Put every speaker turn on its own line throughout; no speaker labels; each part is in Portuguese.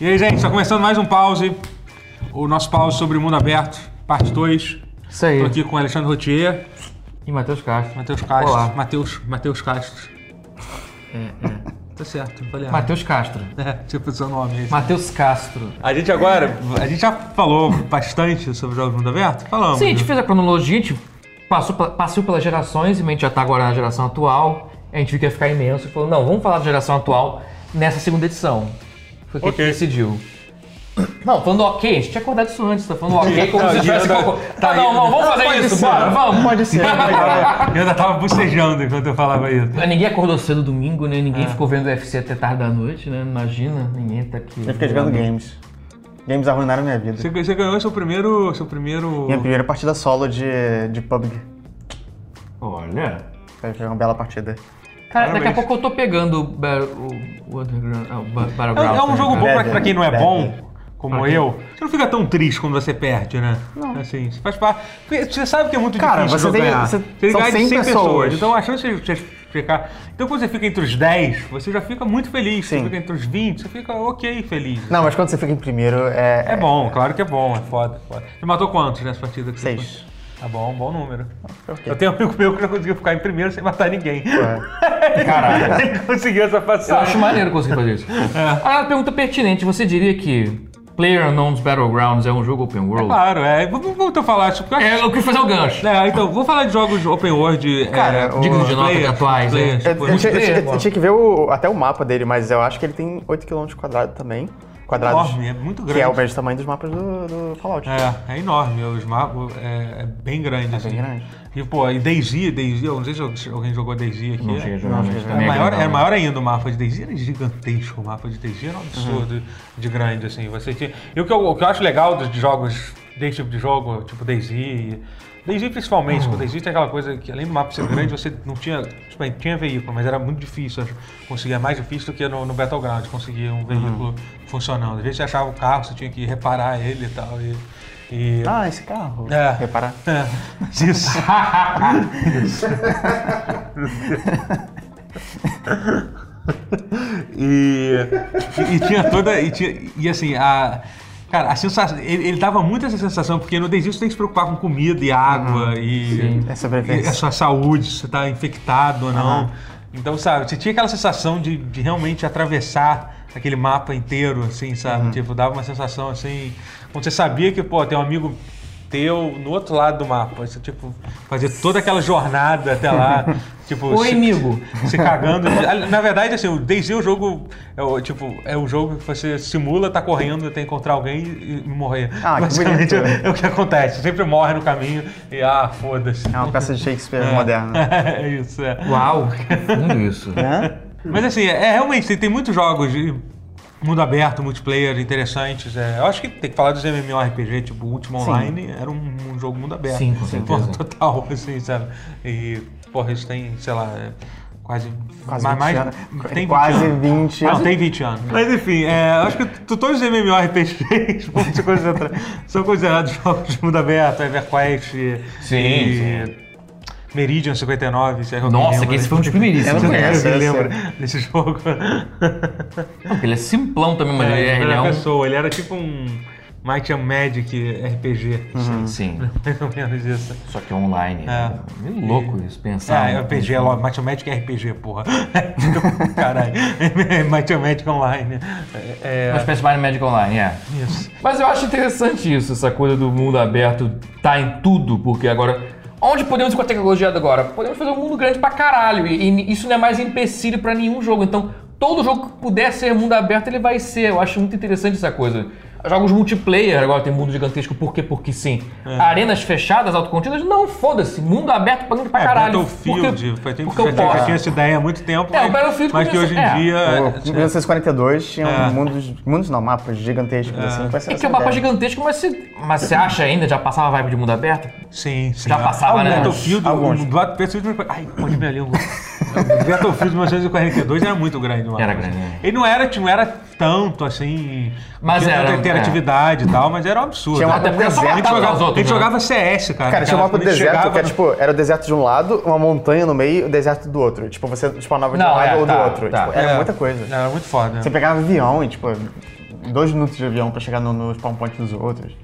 E aí, gente, está começando mais um pause. O nosso pause sobre o mundo aberto, parte 2.
Isso aí.
Estou aqui com o Alexandre Rotier,
E Matheus Castro.
Matheus Castro.
Olá.
Matheus, Matheus Castro. Tá certo, não falei errado.
Matheus Castro.
É, tipo seu nome. aí.
Matheus Castro.
A gente agora, a gente já falou bastante sobre jogos do mundo aberto? Falamos.
Sim, a gente fez a cronologia, a gente passou, pela- passou pelas gerações, e a gente já tá agora na geração atual. A gente viu que ia ficar imenso e falou, não, vamos falar da geração atual nessa segunda edição. Foi o que
Ok.
a gente decidiu. Não, falando ok, a gente tinha acordado isso antes, tá falando ok como
Não,
se
de
tivesse...
nada-
concor- Tá, não, não, vamos fazer
Pode
isso,
ser.
bora, vamos.
Pode ser.
Eu ainda tava bocejando enquanto eu falava isso.
Ninguém acordou cedo domingo, né?
É.
Ninguém ficou vendo o UFC até tarde da noite, né? Imagina, ninguém tá
É
aqui.
Eu fiquei jogando games. Games arruinaram minha vida.
Você, você ganhou seu primeiro. Seu primeiro.
Minha primeira partida solo de, de PUBG.
Olha...
Foi uma bela partida.
Cara, daqui a
Parabéns.
pouco eu tô pegando o, Bar- o, o Underground. ah, o Ba-
É,
Battleground.
é um jogo bom pra, pra quem não é
Bebe.
bom, como eu. Você não fica tão triste quando você perde, né? Não. Assim, você faz parte. Porque Você sabe que é muito
Cara,
difícil
você tem-
ganhar.
você-
Você
são
ganha de
100 pessoas.
Então a chance de você ficar. Então quando você fica entre os 10, você já fica muito feliz. Você
Sim.
fica entre os 20, você fica ok feliz.
Não, mas quando você fica em primeiro, é.
É bom, claro que é bom, é foda, é foda. Você matou quantos nessa partida que você
Seis. Ah,
foi? Tá bom, bom número.
ok.
Eu tenho um amigo meu que já conseguiu ficar em primeiro sem matar ninguém.
Caralho.
Ele conseguiu essa
Eu
passagem.
acho maneiro conseguir fazer isso. Ah, pergunta pertinente. Você diria que PlayerUnknown's Battlegrounds é um jogo open world?
Claro, é. Vamos vamos então falar isso, porque eu acho
É, eu quis fazer o gancho.
É, então, vou falar de jogos open world.
Cara,
é,
o-
Digno de nota
players,
atuais, né?
players, tipo,
Eu, eu tinha, eu
multiplayer,
tinha- eu
mano.
tinha que ver o- até o mapa dele, mas eu acho que ele tem 8 km quadrados também. Quadrados.
enorme, é muito grande.
Que é o mesmo tamanho dos mapas do, do Fallout.
É, é enorme, os mapas é, é bem grande, assim.
grande.
E, pô, e DayZ, DayZ, eu não sei se al- se alguém jogou DayZ aqui.
Não
é.
cheguei a
Não,
jogar, mas
cheguei a
É
também
maior,
grandão,
é
né?
maior ainda o mapa de DayZ, era é gigantesco o mapa de DayZ, era um absurdo de grande, assim. Você tinha... E o que, eu, o que eu acho legal dos de jogos, desse tipo de jogo, tipo DayZ, e- DayZ principalmente, porque DayZ tem aquela coisa que além do mapa ser grande, você não tinha, tipo, bem, tinha veículo, mas era muito difícil, acho, conseguir, é mais difícil do que no, no Battleground, conseguir um veículo funcionando. Às vezes você achava o carro, você tinha que reparar ele e tal, e... e-
Ah, esse carro.
É.
Reparar.
É, mas isso. e, e tinha toda. E, tinha- e assim, a. Cara, a sensação. Ele, ele dava muito essa sensação, porque no Desil você tem que se preocupar com comida e água e.
É
e
sobrevivência.
a sua saúde, se você tá infectado ou não.
Aham.
Então, sabe, você tinha aquela sensação de, de realmente atravessar aquele mapa inteiro, assim, sabe? Tipo, dava uma sensação assim. Quando você sabia que, pô, tem um amigo teu no outro lado do mapa. aí Você, tipo, fazer toda aquela jornada até lá. tipo,
Oi,
se-
amigo.
se cagando. Na verdade, assim, o DayZ é o jogo. É o, tipo, é o jogo que você simula, tá correndo até encontrar alguém e, e morrer.
Ah, que
Basicamente
bonito.
é, o que acontece. Sempre morre no caminho e ah, foda-se.
É uma peça de Shakespeare moderna.
é isso, é.
Uau, que fundo isso.
Hã?
Mas assim, é realmente, tem, tem muitos jogos de mundo aberto, multiplayer, interessantes. é. eu acho que tem que falar dos MMORPG, tipo, o Ultima Online era um, um jogo mundo aberto.
Sim, com
Pô,
certeza.
Total, assim, sabe? E, porra, isso tem, sei lá, é, quase...
Quase
ma-
20 anos.
Tem
Quase
20 anos.
20
Não,
anos.
tem 20 anos. Mas enfim, é, eu acho que t- todos os MMORPGs vão se concentrar- são considerados jogos de mundo aberto, EverQuest e...
Sim,
e Meridian 59, se é alguém
Nossa,
lembra.
que esse foi um dos primeiríssimos.
Eu não
Você
conheço
deve-
esse.
lembra desse jogo.
Não, porque ele é simplão também, mas
É,
ele é, ele é
primeira
um...
pessoa, ele era tipo um Might and Magic RPG.
Uhum. Sim,
Mais ou menos isso.
só que online.
É.
É. Meio louco isso, pensar.
Ah, é RPG, é logo, Might and Magic é RPG, porra. É, Caralho, Might and Magic Online. É,
Uma espécie de Mind Magic Online, é.
é isso.
Mas eu acho interessante isso, essa coisa do mundo aberto tá em tudo, porque agora. Onde podemos ir com a tecnologia agora? Podemos fazer um mundo grande pra caralho, e, e isso não é mais empecilho pra nenhum jogo. Então, todo jogo que puder ser mundo aberto, ele vai ser. Eu acho muito interessante essa coisa. Jogos multiplayer, agora tem mundo gigantesco, por quê? Porque sim.
É.
Arenas fechadas, autocontidas, não, foda-se. Mundo aberto pra, pra
É,
caralho.
Battlefield,
porque,
foi tempo
porque
que
eu
já, já
posso.
tinha essa ideia há muito tempo,
É, o
mas,
Battlefield
mas que
começou-
hoje em
é.
dia...
Em 1942 tinha um
É.
mundos, mundos não, mapas gigantescos, assim, com essa
É que é um
essa
mapa
ideia.
gigantesco, mas você, mas você acha ainda? Já passava a vibe de mundo aberto?
é, Sim, sim.
Já passava,
Ah,
né?
O Battlefield,
Alguns.
o Battlefield... Ai, pode minha língua. O Battlefield 1942 era muito grande, mano.
Era grande, né?
Ele não era, não era tanto, assim...
Mas
tinha tanta
era, é.
interatividade e tal, mas era um absurdo.
Tinha um mapa
Até porque é só
deserto.
a gente
matar
jogava,
os
a
outros.
gente
né?
jogava CS, cara.
Cara, tinha um mapa
quando
do
a gente
deserto, que é
chegava-
tipo, era o deserto de um lado, uma montanha no meio e o deserto do outro. Tipo, você spawnava de
Não,
um lado
é,
ou
tá,
do outro.
tá.
Tipo, era
É.
muita coisa.
Era muito foda.
Você pegava avião e, tipo, dois minutos de avião pra chegar no, no spawn point dos outros.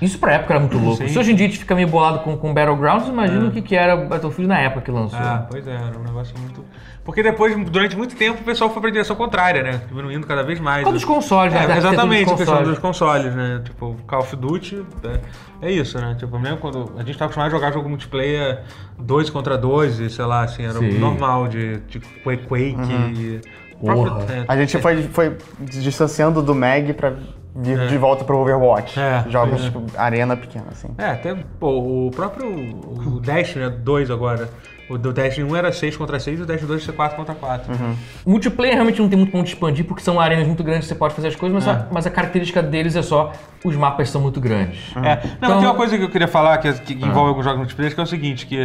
Isso pra época era muito louco.
Sim.
Se hoje em dia a gente fica meio bolado com, com Battlegrounds, imagina o que, que era Battlefield na época que lançou.
Ah, pois é, era um negócio muito. Porque depois, durante muito tempo, o pessoal foi pra direção contrária, né? Diminuindo cada vez mais.
Por causa dos consoles, né? Da
É,
arquitetura
exatamente, a
dos
questão
consoles.
dos consoles, né? Tipo, Call of Duty é, é isso, né? Tipo, eu me lembro quando a gente tava acostumado a jogar jogo multiplayer 2 contra 2, e sei lá, assim, era
Sim. Uhum.
o normal de, de Quake, Quake e-
Porra.
é,
A gente foi, foi distanciando do Mag pra vir de volta pro Overwatch.
É,
Jogos
é.
tipo, arena pequena, assim.
É, até pô, o próprio o Destiny 2 agora. O do Destiny 1 era 6 contra 6 e o Destiny 2 era 4 contra 4.
Uhum. Multiplayer realmente não tem muito ponto de expandir, porque são arenas muito grandes, você pode fazer as coisas, mas, a,
É.
mas a característica deles é só os mapas são muito grandes.
É. Não, mas
Então- Ah.
tem uma coisa que eu queria falar que, que envolve alguns jogos multiplayer, que é o seguinte, que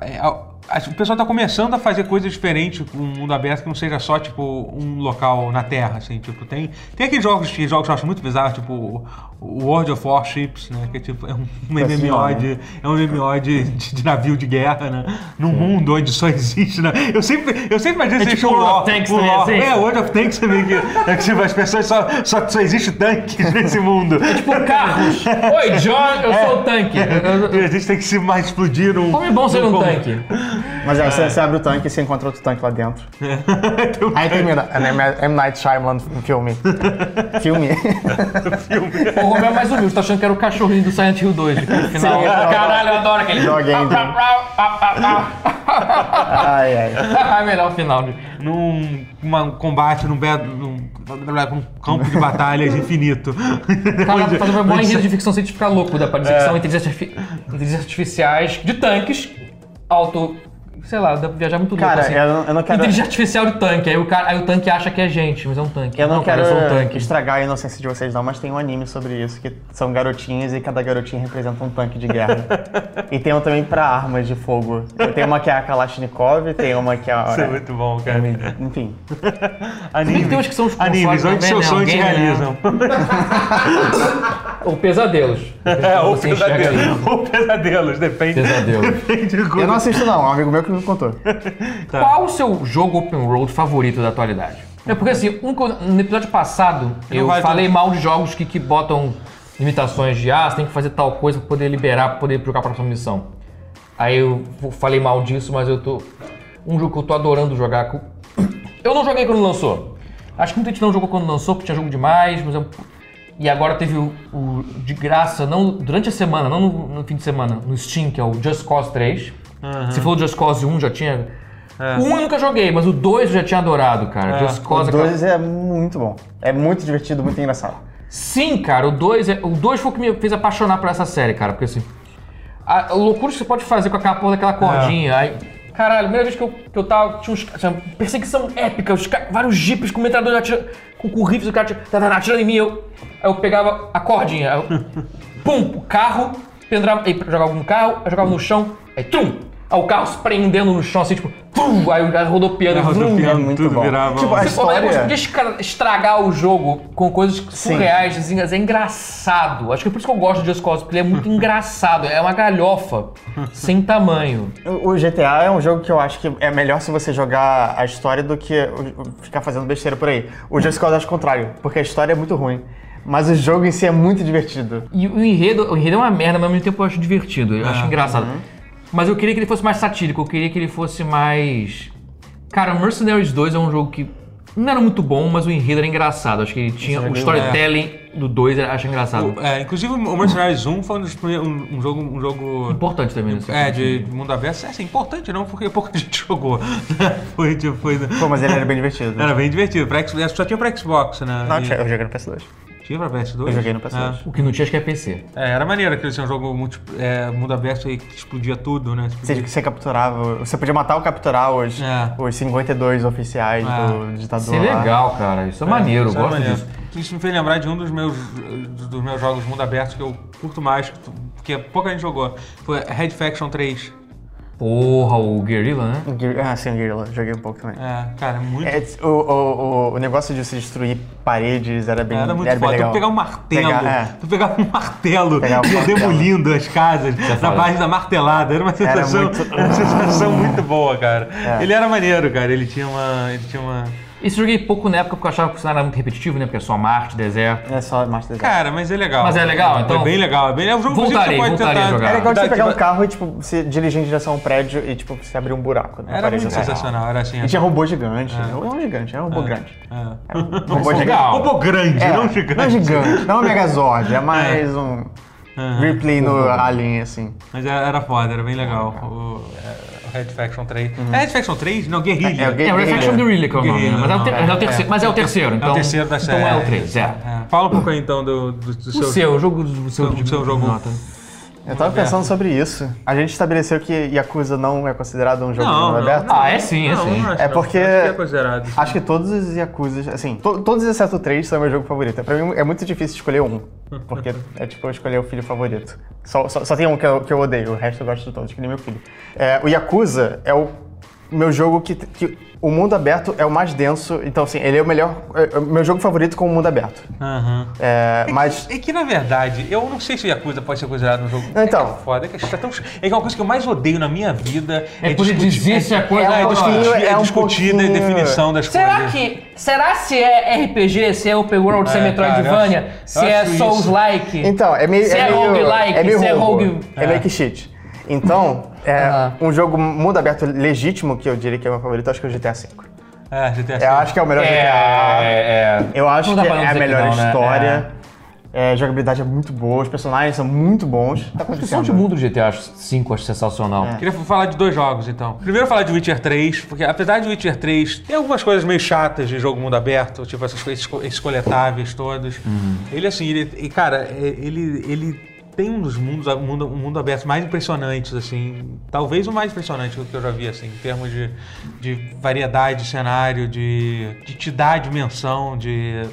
é, a- a- o pessoal tá começando a fazer coisas diferentes com o mundo aberto que não seja só, tipo, um local na Terra, assim, tipo, tem... Tem aqueles jogos que, jogos que eu acho muito bizarros, tipo o- o World of Warships, né, que é tipo, é um, um MMO
né?
de... É um MMO de, de- de navio de guerra, né, num mundo onde só existe, né, eu sempre, eu sempre imagino
É
esse
tipo
show
World
um
of
lore-
Tanks,
o
né,
lore.
assim?
É, World of Tanks também, que, é que tipo, as pessoas só, só, só existe tanques nesse mundo.
Tipo carros. Oi, John, eu sou o tanque. Eu- eu-
E a gente tem que se mais explodir um.
Como é bom ser um
Como-
tanque.
Mas
Ah.
é, você, você abre o tanque e você encontra outro tanque lá dentro.
um
Aí termina. É M- M. Night Shyamalan um filme. filme.
O Romeu é mais humilde, tá achando que era o cachorrinho do Silent Hill 2. que No final,
Sim. é.
caralho, eu adoro aquele.
Joga então. ainda. Ai, ai.
Ah, melhor o final. de-
Num uma- um combate num, be- num- num campo de batalhas infinito.
Cara,
Onde-
fazer uma boa
onde-
enredo de ficção científica louco, dá pra dizer
É.
que são inteligências, artifi- inteligências artificiais de tanques, auto... Sei lá, dá pra viajar muito louco
Cara,
assim.
eu, não- eu não quero.
Inteligência artificial de tanque, aí o, cara, aí o tanque acha que é gente, mas é um tanque.
Eu não,
cara,
quero
eu sou um tanque.
estragar a inocência de vocês, não, mas tem um anime sobre isso, que são garotinhas e cada garotinha representa um tanque de guerra. e tem um também pra armas de fogo. Tem uma que é a Kalashnikov, tem uma que é a.
Isso é muito bom, cara.
Enfim.
Bem que tem uns
Animes,
que são os
animes
consoles
onde
também,
seus
né?
sonhos se
Alguém, né?
realizam.
Ou pesadelos.
É, ou
Você enxerga isso.
pesadelos. Ou pesadelos, depende.
Pesadelos.
Depende de
Eu
como.
não assisto, não, é um amigo meu que me contou.
Tá.
Qual o seu jogo open world favorito da atualidade? É porque assim, um que eu- no episódio passado
Não
eu
vale
falei mal de jogos que, que botam limitações de ah, você tem que fazer tal coisa pra poder liberar, pra poder jogar a próxima missão. Aí eu f- falei mal disso, mas eu tô. Um jogo que eu tô adorando jogar. co- Eu não joguei quando lançou. Acho que muita gente não jogou quando lançou, porque tinha jogo demais, mas eu. E agora teve o, o de graça, não durante a semana, não no, no fim de semana, no Steam, que é o Just Cause 3. Se for o Just Cause 1, já tinha. Um eu nunca joguei, mas o 2 eu já tinha adorado, cara. Just
O
Cause acaba-
2 é muito bom. É muito divertido, muito engraçado.
Sim, cara, o 2 é, o dois foi o que me fez apaixonar por essa série, cara, porque assim. A, a loucura que você pode fazer com aquela porra daquela cordinha. Aí, caralho, a primeira vez que eu, que eu tava. Tinha uns, tinha uma perseguição épica, os ca- vários jipes com metralhador atirando. Com, com rifles, o cara atira- tá, tá, tá, atirando em mim. Eu, aí eu pegava a cordinha, aí eu, pum, o carro, pendrava, aí jogava no carro, aí jogava no chão, aí tum! Aí o carro se prendendo no chão, assim, tipo, tum! Aí o cara rodopiando, vrum,
Rodopiando,
muito
tudo
bom.
virava.
Tipo,
um-
a-
é você pô, mas
história-
Você podia estra- estragar o jogo com coisas
Sim.
surreais, assim, mas é engraçado. Acho que é por isso que eu gosto de Just Cause, porque ele é muito engraçado. É uma galhofa sem tamanho.
O o GTA é um jogo que eu acho que é melhor se você jogar a história do que o- o- ficar fazendo besteira por aí. O Just Cause eu acho o contrário, porque a história é muito ruim. Mas o jogo em si é muito divertido.
E o enredo, o enredo é uma merda, mas ao mesmo tempo eu acho divertido. Eu acho engraçado. Mas eu queria que ele fosse mais satírico, eu queria que ele fosse mais. Cara, Mercenaries 2 é um jogo que não era muito bom, mas o enredo era engraçado. Acho que ele tinha. O storytelling do 2 eu acho engraçado.
O- é, inclusive o Mercenaries 1 foi um, dos primeiros- um, um jogo. Um jogo
Importante também, né?
é, de de mundo aberto. É assim, importante não, porque pouca gente jogou. foi, tipo, foi,
Pô, mas ele era bem divertido.
Era bem divertido. Pra Xbox, só tinha pra Xbox, né?
Não,
E-
eu joguei no PS2.
Tinha pra PS2?
Eu joguei no
Ah.
PS2.
O que não tinha acho que é PC.
É, era maneiro aquele ser um jogo multi, é, mundo aberto e que explodia tudo, né?
Você, você capturava, você podia matar ou capturar os,
É.
os 52 oficiais
É.
do ditador.
Isso é
lá.
legal, cara. Isso é, maneiro, eu
Isso era
gosto
maneiro.
disso.
Isso me fez lembrar de um dos meus, dos meus jogos mundo aberto que eu curto mais, que, que é pouca gente jogou. Foi Red Faction 3.
Porra, o Guerrilla, né?
Guer- Ah, sim, Guerrilla. Joguei um pouco também.
É, cara, muito...
É, o, o, o- o negócio de se destruir paredes era bem,
Era muito
bem
foda.
legal.
Tu pegar um martelo,
Pegar- é.
tu pegava um martelo
Pegar um
e ia
martelo.
demolindo as casas na
fala.
base da martelada. Era uma sensação,
muito-
uma sensação muito boa, cara. Ele era maneiro, cara. Ele tinha uma. Ele tinha uma.
Esse eu joguei pouco na época porque eu achava que o cenário era muito repetitivo, né? Porque é só Marte, deserto.
É só Master Design.
Cara, mas é legal.
Mas é legal, então?
É bem legal. É, bem... é um jogo que
Voltarei,
você pode
voltarei a
tentar...
jogar.
É legal de você
Daqui
pegar
vai-
um carro e, tipo, você dirigir em direção a um prédio e, tipo, você abrir um buraco. na
Era
parede,
muito
assim.
sensacional, era assim.
E tinha robô gigante. É um gigante, é um robô grande.
É.
Robô
legal.
Um pouco grande,
É,
não gigante.
Não é gigante, não é um Megazord, é mais um Ripley no Alien, assim.
Mas era, era foda, era bem legal.
Ah,
O, é, o Red Faction 3. É Red Faction 3? Não, Guerrilha.
Uhum. É, o Guer-
É, o Reflection Guerrilla que é o nome, né? Mas é o, ter- mas é o terceiro, mas é o terceiro, então...
é o terceiro da série.
Então é o 3, é.
É. Fala um pouco aí então do, do, do
O
seu.
seu, o jogo do seu,
do seu jogo.
Nota.
Eu tava pensando sobre isso. A gente estabeleceu que Yakuza não é considerado um jogo de
Não,
mundo
não,
aberto.
Ah, é sim, é
Não,
sim.
não acho,
É
não.
porque-
Acho que é considerado.
Acho que todos os Yakuzas, assim, to- todos exceto três são meu jogo favorito. Pra mim é muito difícil escolher um, porque é tipo eu escolher o filho favorito. Só, só- só tem um que eu, que eu odeio, o resto eu gosto de todos, que nem meu filho. É, o Yakuza é o meu jogo que, que o mundo aberto é o mais denso, então assim, ele é o melhor, é, é o meu jogo favorito com o mundo aberto.
Aham.
É, mas
É que na verdade, eu não sei se o Yakuza pode ser considerado um jogo.
Então.
É que é foda, é que é tão chato. É que é uma coisa que eu mais odeio na minha vida.
É por
discutir-
dizer se a coisa
é,
é um
discutir-
pouquinho-
é
é um
discutir a
pouquinho-
definição das
Será
coisas.
que. Será se é RPG, se é Open World, se é
É,
Metroidvania,
cara, eu acho-
se
eu
é
acho isso.
Souls-like?
Então, é meio.
Se é
meio,
roguelike,
é meio
se é
roubo.
rogue- Ah.
É meio que cheat. Então, é,
Aham.
um jogo mundo aberto legítimo que eu diria que é meu favorito, acho que é o GTA V.
É, GTA V.
Eu acho que é o melhor GTA.
é.
Eu acho
Não dá
que
pra não
é a
dizer que
melhor
não, né?
história. É, a jogabilidade é muito boa, os personagens são muito bons. Tá
A discussão de mundo do GTA 5 acho sensacional.
Queria falar de dois jogos, então. Primeiro falar de Witcher 3, porque apesar de Witcher 3 tem algumas coisas meio chatas de jogo mundo aberto, tipo essas coisas, esco- esses coletáveis todos. Ele, assim, ele, e, cara, é- ele, ele tem um dos mundos, um mundo, um mundo aberto mais impressionantes, assim. Talvez o mais impressionante que eu já vi, assim, em termos de, de variedade de cenário, de, de te dar a dimensão de,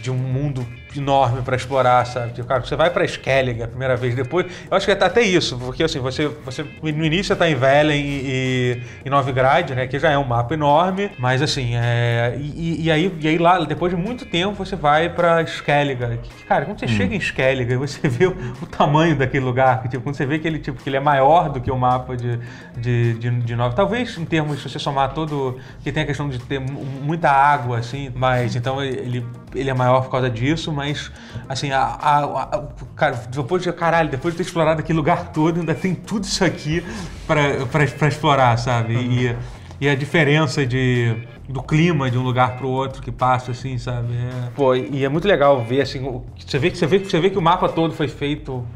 de um mundo enorme pra explorar, sabe? Tipo, cara, você vai pra Skellig a primeira vez, depois... Eu acho que até, até isso, porque assim, você, você... No início você tá em Velen e, e, e Novigrad, né? Que já é um mapa enorme, mas assim, é... E, e- e aí, e aí lá, depois de muito tempo, você vai pra Skellig. que- Cara, quando você chega em Skellig, você vê o, o tamanho daquele lugar, que, tipo, quando você vê que ele, tipo, que ele é maior do que o mapa de, de, de, de Nova... Talvez em termos, se você somar todo... Que tem a questão de ter mu- muita água, assim, mas então ele ele é maior por causa disso, mas assim, a, a- a- o cara, depois de caralho, depois de ter explorado aquele lugar todo, ainda tem tudo isso aqui pra, pra, pra explorar, sabe? E, e a diferença de, do clima de um lugar pro outro que passa, assim, sabe? É- Pô, e é muito legal ver assim, o- você vê que você vê, que- você vê que o mapa todo foi feito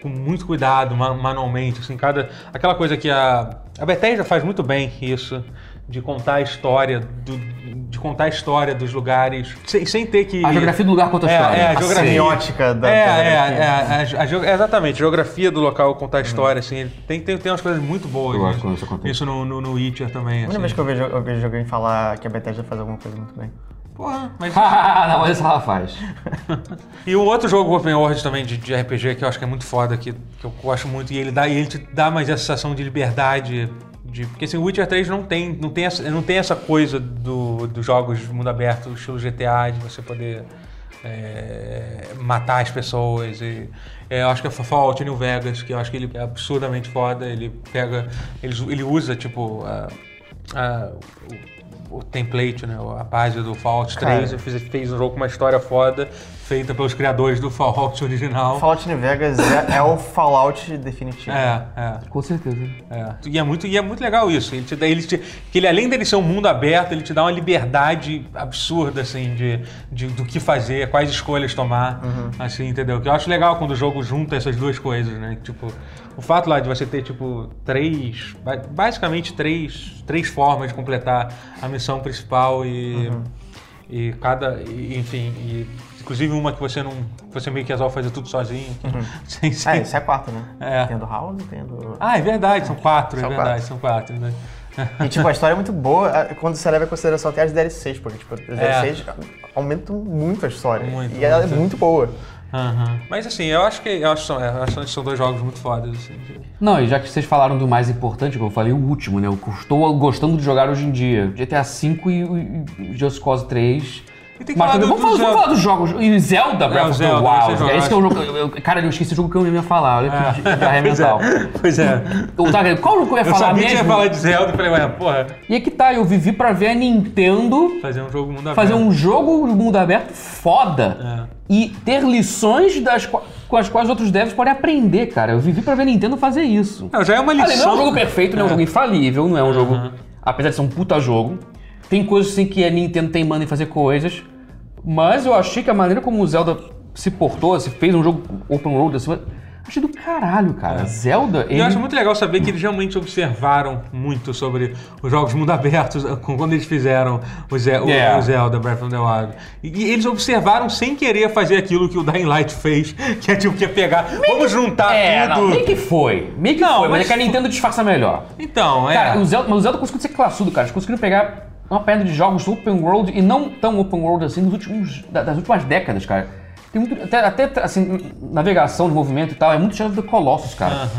com muito cuidado, ma- manualmente, assim, cada aquela coisa que a a Bethesda faz muito bem isso de contar a história do, de contar a história dos lugares sem, sem ter que
A geografia do lugar conta a
é,
história.
É, a
A
geografia
semiótica da-
é,
da
é,
geografia.
é, a ge- a geo- é, exatamente, a geografia do local contar a história, assim, ele tem, tem, tem umas coisas muito boas.
Eu gosto
nisso.
quando isso acontece.
Isso no, no, no Witcher também,
A única vez
assim.
que eu vejo, eu vejo alguém falar que a Bethesda faz alguma coisa muito bem.
Porra, mas...
não, mas essa ela faz.
E o outro jogo open world também de, de RPG que eu acho que é muito foda, que, que eu gosto muito, e ele dá, e ele te dá mais essa sensação de liberdade. De, porque assim, o Witcher 3 não tem, não tem, essa, não tem essa coisa do- dos jogos de mundo aberto, do estilo GTA, de você poder é, matar as pessoas. E, é, eu acho que é Fallout New Vegas, que eu acho que ele é absurdamente foda, ele pega. Ele, ele usa, tipo. a- a- o, o template, né? A base do Fallout 3
Cara,
e fez, fez um jogo com uma história foda, feita pelos criadores do Fallout original.
Fallout New Vegas é, é o Fallout definitivo.
É,
Com certeza.
é, é. E é muito, e é muito legal isso. Ele te dá, ele te, que ele, além dele ser um mundo aberto, ele te dá uma liberdade absurda, assim, de, de- do que fazer, quais escolhas tomar,
Uhum.
assim, entendeu? Que eu acho legal quando o jogo junta essas duas coisas, né? Tipo, o fato lá de você ter, tipo, três, ba- basicamente três, três formas de completar a missão principal e...
Uhum.
E cada. e- enfim, e, inclusive uma que você não. que Você meio que resolve fazer tudo sozinho. Sem, sem,
É, isso é quatro, né?
É.
Tem a do House, tem a do...
ah, é verdade, são quatro,
São
é verdade,
quatro.
são quatro, né?
E tipo, a história é muito boa eh, quando você leva em consideração até as DLCs, porque tipo, as DLCs aumentam muito a história.
É. Muito,
e ela
muito.
é muito boa.
Aham. Mas assim, eu acho que eu acho, que são- eu acho que são dois jogos muito fodas, assim.
Não, e já que vocês falaram do mais importante, como eu falei, o último, né? Eu estou gostando de jogar hoje em dia. GTA V e, e, e Just Cause 3
E tem que
Mas
falar
também,
do,
vamos, falar,
do
vamos falar dos jogos. E Zelda, Breath of the
Zelda,
Wild.
esse jogo, Ah.
é esse que é o jogo. eu- eu- cara, eu esqueci o jogo que eu ia falar. Olha que diarreia
Pois
mental.
é, pois é.
Ô, Zaga, qual jogo que eu ia
Eu
falar
sabia que
mesmo?
você ia falar de Zelda e falei, ué, porra,
E é que tá, eu vivi pra ver a Nintendo
fazer um jogo mundo aberto.
fazer um jogo de mundo aberto foda.
É.
E ter lições das qua- com as quais outros devs podem aprender, cara. Eu vivi pra ver a Nintendo fazer isso.
Não, já é uma
Olha, não é um
lição.
jogo perfeito, não é um jogo infalível, não é um jogo.
Uhum.
Apesar de ser um puta jogo. Tem coisas assim que a Nintendo tem mano em fazer coisas. Mas eu achei que a maneira como o Zelda se portou, se fez um jogo open world assim. Achei do caralho, cara. Zelda,
É. E
ele.
eu acho muito legal saber que eles realmente observaram muito sobre os jogos mundo aberto com- quando eles fizeram o, Ze o-
Yeah.
o Zelda Breath of the Wild. E, e eles observaram sem querer fazer aquilo que o Dying Light fez, que é tipo, que é pegar, vamos juntar
É, não,
tudo.
meio que foi. Meio que
Não,
foi, mas,
mas-
é que a Nintendo disfarça melhor.
Então, é.
Cara, o Zelda, mas o Zelda conseguiu ser classudo, cara. Eles conseguiram pegar uma pedra de jogos open world e não tão open world assim nos últimos, da- das últimas décadas, cara. Tem muito, até, até, assim, navegação de movimento e tal, é muito Shadow of the Colossus, cara.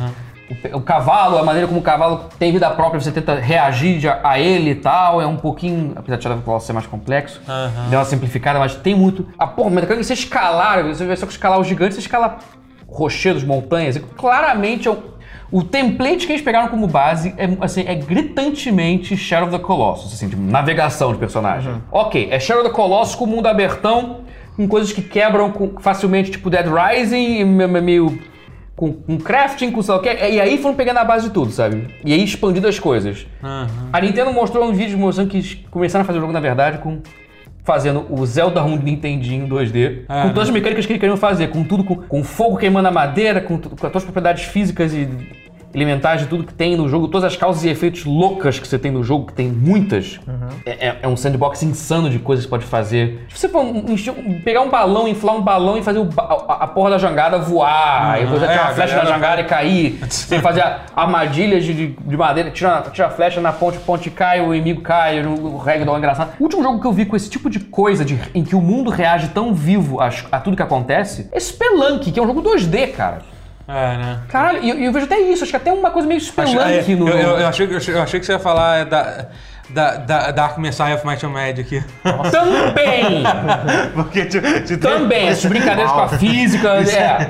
O pe- O, cavalo, a maneira como o cavalo tem vida própria, você tenta reagir de- a ele e tal, é um pouquinho, apesar de Shadow of the Colossus ser mais complexo, deu uma simplificada, mas tem muito. A porra, mas quando você escalar, você vai só escalar os gigantes, você escala rochedos, montanhas, e claramente é um, o template que eles pegaram como base é, assim, é gritantemente Shadow of the Colossus, assim, de navegação de personagem. Ok, é Shadow of the Colossus com mundo abertão, com coisas que quebram com- facilmente, tipo Dead Rising, e me- me- meio com, com crafting, com sei lá o quê. E aí foram pegando a base de tudo, sabe? E aí expandindo as coisas.
Aham.
A Nintendo mostrou um vídeo mostrando que eles começaram a fazer o jogo, na verdade, com. Fazendo o Zelda 1 de Nintendinho 2D,
Ah,
com todas as mecânicas que eles queriam fazer, com tudo, com, com fogo queimando a madeira, com, tu- com todas as propriedades físicas e elementares de tudo que tem no jogo, todas as causas e efeitos loucas que você tem no jogo, que tem muitas. É, é- é um sandbox insano de coisas que você pode fazer. Se você for um- encher um- pegar um balão, inflar um balão e fazer o ba- a, a porra da jangada voar, aí você
É,
tirar
a
uma flecha da
galera-
jangada e cair, você fazer armadilhas de, de- de madeira, tira, tira a flecha na ponte, ponte cai, o inimigo cai, o o ragdoll é engraçado. O último jogo que eu vi com esse tipo de coisa, de- em que o mundo reage tão vivo a, a tudo que acontece, é Spelunk, que é um jogo 2D, cara.
É, né?
Caralho, e eu, e eu vejo até isso, acho que até uma coisa meio Spelunk
Ah, é,
Tá no...
eu, eu- eu achei, que- eu achei- eu achei que você ia falar é, da, da, da Dark Messiah of Might and Magic.
Também!
Porque te, te
também! Essas brincadeiras com a física, é.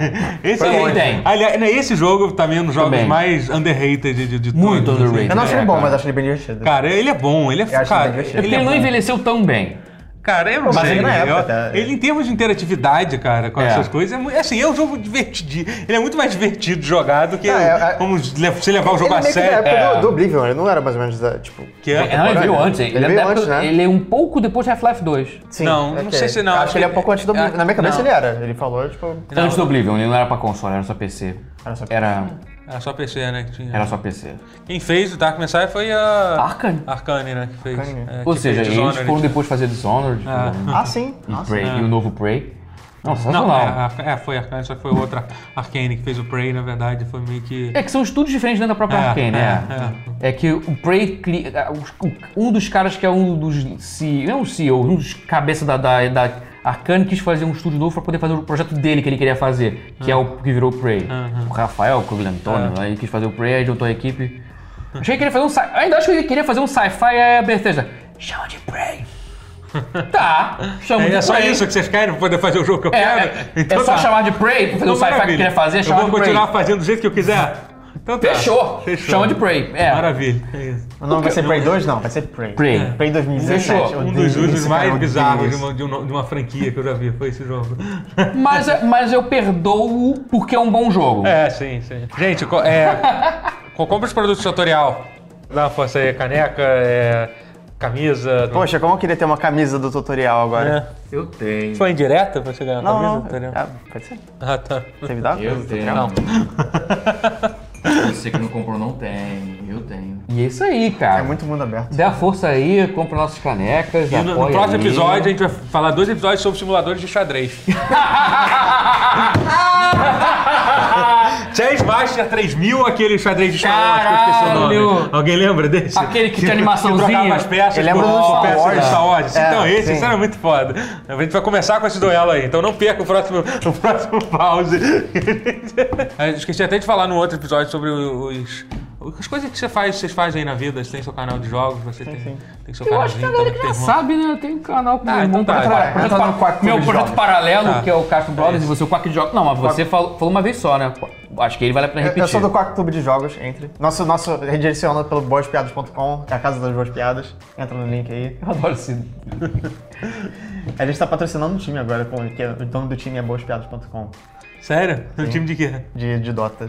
Esse,
Foi
é,
bom, hein?
aliás, né, esse jogo também é um dos jogos
Também.
mais underrated de, de, de
Muito
todos, assim.
underrated.
Eu não acho ele bom,
cara.
mas acho ele bem divertido.
Cara, ele é bom, ele é
Eu acho
cara,
bem divertido.
É porque
ele é
ele não
bom.
envelheceu tão bem.
Cara, eu não
Mas
sei.
ele na
eu-
época, tá?
Ele em termos de interatividade, cara, com
É.
essas coisas, é, mu- assim, é um jogo divertido. Ele é muito mais divertido de jogar do que
Ah, é, é-
como le- você levar o
Ele
jogo
é
a
meio que da
sério.
época
é.
do, do Oblivion, ele não era mais ou menos da, tipo...
Que é-
É, não, ele veio antes. Ele,
Ele
é
veio
da época-
antes, né?
ele é um pouco depois de Half-Life 2.
Sim,
Não, não
que-
sei se não,
Acho
acho
que ele é
que-
um pouco antes do Oblivion.
Ah,
Na minha cabeça
não.
ele era. Ele falou, tipo...
Não.
Antes do Oblivion, ele não era pra console, era só PC.
Era só-
Era,
Era só PC, né? Que tinha.
é. era Ah, só PC.
Quem fez o Dark Messiah foi a
Arkham?
Arcane, né? Que fez.
Arcane.
é,
Ou
que
seja,
fez
eles
Dishonored.
foram depois fazer Dishonored
Ah.
tipo,
Ah, sim.
e,
Nossa.
Prey, e o novo Prey. Não,
Não,
sensacional.
é, Arca- é, foi Arcane, só que foi outra Arcane que fez o Prey, na verdade, foi meio que.
É que são estudos diferentes dentro da própria
É,
Arkane,
é,
né? É. que o Prey, cli- ah, os- o- um dos caras que é um dos CEO, não um CEO, um dos cabeça da, da, da Arkane quis fazer um estúdio novo pra poder fazer o projeto dele que ele queria fazer, que é o que virou o Prey. O Rafael Coglentone,
É.
aí quis fazer o Prey, aí juntou a equipe. Achei que ele queria fazer um sci ainda acho que ele queria fazer um sci-fi é a Bethesda. Chama de Prey. tá, chama
É,
de
é só
Prey.
isso que vocês querem pra poder fazer o jogo que eu
É,
quero?
é, é só
tá.
chamar de Prey, pra fazer
Então,
o sci-fi que
maravilha.
queria fazer, é
Eu
chamar
vou
de Prey.
continuar fazendo do jeito que eu quiser. Então tá.
Fechou. Chama de Prey. É.
Maravilha. É isso.
O nome vai ser Prey 2? Não, vai ser Prey.
Prey.
Prey 2017.
Fechou.
Eu
Um
odeio
dos usos
isso, cara, é
mais
eu odeio
bizarros de
isso.
uma, de uma- de uma franquia que eu já vi foi esse jogo.
Mas, é, mas eu perdoo porque é um bom jogo.
É, sim, sim. Gente, co- é, co- compra os produtos de tutorial. Dá uma força aí, caneca, é, camisa.
Poxa, né? como eu queria ter uma camisa do tutorial agora.
É.
Eu tenho.
Foi indireta pra você ganhar uma
Não,
camisa?
não.
tutorial?
Ah, pode ser.
Ah, tá.
Você me dá?
Eu tenho.
Não.
Você que não comprou não tem, eu tenho.
E é isso aí, cara.
É muito mundo aberto.
Dê a força aí, compra nossas canecas.
E no, no próximo episódio a gente vai falar dois episódios sobre simuladores de xadrez. Chess Master 3000, aquele xadrez de Star Wars que eu esqueci o nome.
Caralho!
Alguém lembra desse?
Aquele que tinha
Que trocava
animaçãozinha.
as peças
Eu lembro
por-
do
por
Star
peças
Wars.
de Star Wars.
É,
então, esse,
sim.
esse era muito foda. A gente vai começar com esse duelo aí, então não perca o próximo, o próximo pause. Eu Esqueci até de falar no outro episódio sobre os, As coisas que você faz, vocês fazem aí na vida, você tem seu canal de jogos, você tem,
sim.
tem seu
Eu acho que a
canalzinho também,
galera
tem
já
irmão.
sabe, né? Eu tenho um canal com
Ah,
meu irmão.
então tá,
projeto-
vai.
projeto
Entra
pa-
no Quack Clube
meu
de
projeto
Jogos.
paralelo,
Tá.
que é o Castro Brothers, e você o Quack de Jogos. Não, mas você falou, falou uma vez só, né? Acho que ele vale a
É,
pena
Eu-
repetir.
Eu sou do Quack Clube de Jogos, entre. Nosso, nosso redireciona pelo boaspiadas.com, que é a casa das boas piadas. Entra no link aí.
Eu adoro esse.
A gente tá patrocinando um time agora, com, que é- o dono do time é boaspiadas.com,
Sério? No time de quê?
de, de Dota.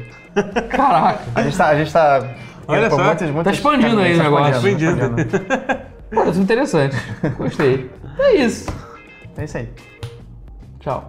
Caraca.
A gente tá. A gente tá
Olha
pô,
só.
muitas- muitas
Tá expandindo aí
caminhos,
o negócio.
tá expandindo, tá
Expandindo.
expandindo.
Pô, isso é interessante. Gostei. É isso.
É isso aí.
Tchau.